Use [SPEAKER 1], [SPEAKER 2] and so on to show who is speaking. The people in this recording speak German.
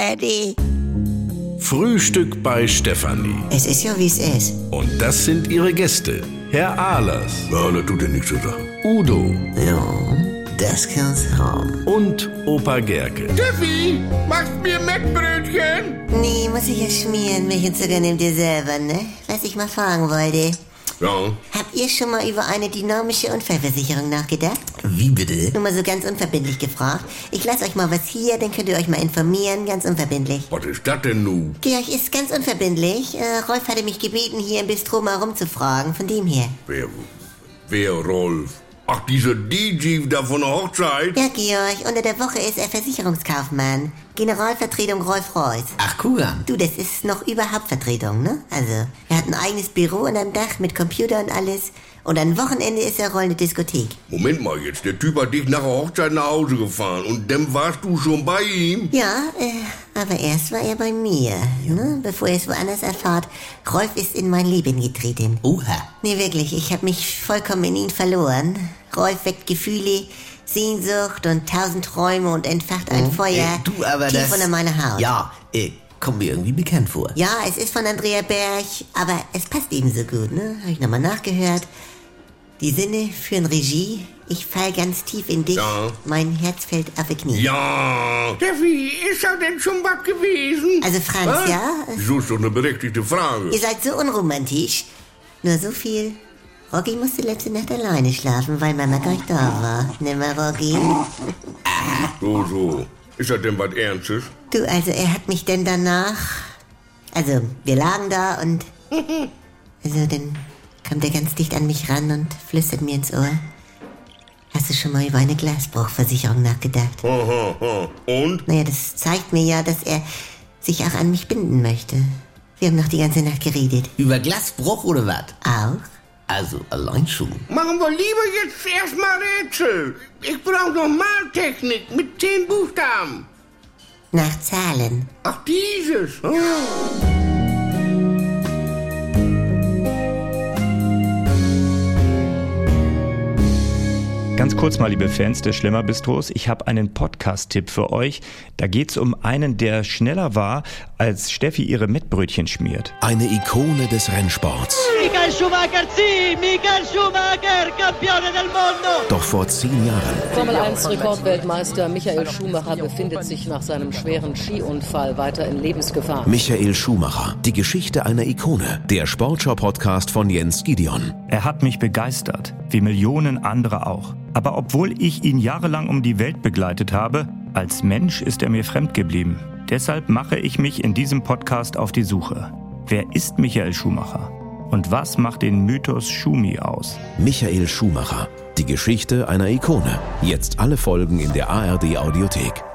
[SPEAKER 1] Eddie.
[SPEAKER 2] Frühstück bei Stefanie.
[SPEAKER 1] Es ist ja, wie es ist.
[SPEAKER 2] Und das sind ihre Gäste. Herr Ahlers,
[SPEAKER 3] Ja, das tut dir nichts zu sagen.
[SPEAKER 2] Udo
[SPEAKER 1] Ja, das kann's haben.
[SPEAKER 2] und Opa Gerke.
[SPEAKER 4] Steffi, machst mir Mettbrötchen?
[SPEAKER 1] Nee, muss ich ja schmieren. Welchen Zucker nehmt ihr selber, ne? Was ich mal fragen wollte.
[SPEAKER 3] Ja.
[SPEAKER 1] Habt ihr schon mal über eine dynamische Unfallversicherung nachgedacht?
[SPEAKER 3] Wie bitte?
[SPEAKER 1] Nur mal so ganz unverbindlich gefragt. Ich lasse euch mal was hier, dann könnt ihr euch mal informieren, ganz unverbindlich.
[SPEAKER 3] Was ist das denn nun?
[SPEAKER 1] Georg ist ganz unverbindlich. Äh, Rolf hatte mich gebeten, hier im Bistro mal rumzufragen. Von dem her.
[SPEAKER 3] Wer, wer, Rolf? Ach, dieser DJ da von der Hochzeit?
[SPEAKER 1] Ja, Georg, unter der Woche ist er Versicherungskaufmann. Generalvertretung Rolf Reus.
[SPEAKER 5] Ach, Kugan.
[SPEAKER 1] Du, das ist noch überhaupt Vertretung, ne? Also, er hat ein eigenes Büro unterm Dach mit Computer und alles. Und am Wochenende ist er rollende Diskothek.
[SPEAKER 3] Moment mal jetzt, der Typ hat dich nach der Hochzeit nach Hause gefahren und dann warst du schon bei ihm?
[SPEAKER 1] Ja, äh, aber erst war er bei mir, ne? Bevor ihr es woanders erfahrt. Rolf ist in mein Leben getreten.
[SPEAKER 5] Oha.
[SPEAKER 1] Nee, wirklich, ich habe mich vollkommen in ihn verloren. Rolf weckt Gefühle, Sehnsucht und tausend Träume und entfacht ein Feuer
[SPEAKER 5] Äh, du aber
[SPEAKER 1] tief
[SPEAKER 5] das...
[SPEAKER 1] unter meiner Haut.
[SPEAKER 5] Ja, äh, kommt mir irgendwie bekannt vor.
[SPEAKER 1] Ja, es ist von Andrea Berg, aber es passt eben so gut, ne? Habe ich nochmal nachgehört. Die Sinne führen Regie. Ich fall ganz tief in dich.
[SPEAKER 3] Ja.
[SPEAKER 1] Mein Herz fällt auf die Knie.
[SPEAKER 3] Ja.
[SPEAKER 4] Steffi, ist er denn schon was gewesen?
[SPEAKER 1] Also Franz,
[SPEAKER 3] Was?
[SPEAKER 1] ja?
[SPEAKER 3] So ist doch eine berechtigte Frage.
[SPEAKER 1] Ihr seid so unromantisch. Nur so viel. Rocky musste letzte Nacht alleine schlafen, weil Mama gar nicht da war. Ne, Nimmer, Rocky.
[SPEAKER 3] So, so. Ist das denn was Ernstes?
[SPEAKER 1] Du, also er hat mich denn danach... Also, wir lagen da und... Also, dann kommt er ganz dicht an mich ran und flüstert mir ins Ohr. Hast du schon mal über eine Glasbruchversicherung nachgedacht?
[SPEAKER 3] Aha, aha. Und?
[SPEAKER 1] Naja, das zeigt mir ja, dass er sich auch an mich binden möchte. Wir haben noch die ganze Nacht geredet.
[SPEAKER 5] Über Glasbruch oder was?
[SPEAKER 1] Auch?
[SPEAKER 5] Also, allein schon.
[SPEAKER 4] Machen wir lieber jetzt erstmal Rätsel. Ich brauche Normaltechnik mit zehn Buchstaben.
[SPEAKER 1] Nach Zahlen.
[SPEAKER 4] Ach, dieses. Oh.
[SPEAKER 6] Ganz kurz mal, liebe Fans des Schlemmerbistros, ich habe einen Podcast-Tipp für euch. Da geht's um einen, der schneller war, als Steffi ihre Mettbrötchen schmiert.
[SPEAKER 7] Eine Ikone des Rennsports.
[SPEAKER 8] Michael Schumacher, sì, Michael Schumacher, campione del mondo!
[SPEAKER 7] Doch vor zehn Jahren
[SPEAKER 9] Formel 1 Rekordweltmeister Michael Schumacher befindet sich nach seinem schweren Skiunfall weiter in Lebensgefahr.
[SPEAKER 7] Michael Schumacher. Die Geschichte einer Ikone. Der Sportschau-Podcast von Jens Gideon.
[SPEAKER 6] Er hat mich begeistert, wie Millionen andere auch. Aber obwohl ich ihn jahrelang um die Welt begleitet habe, als Mensch ist er mir fremd geblieben. Deshalb mache ich mich in diesem Podcast auf die Suche. Wer ist Michael Schumacher? Und was macht den Mythos Schumi aus?
[SPEAKER 7] Michael Schumacher. Die Geschichte einer Ikone. Jetzt alle Folgen in der ARD Audiothek.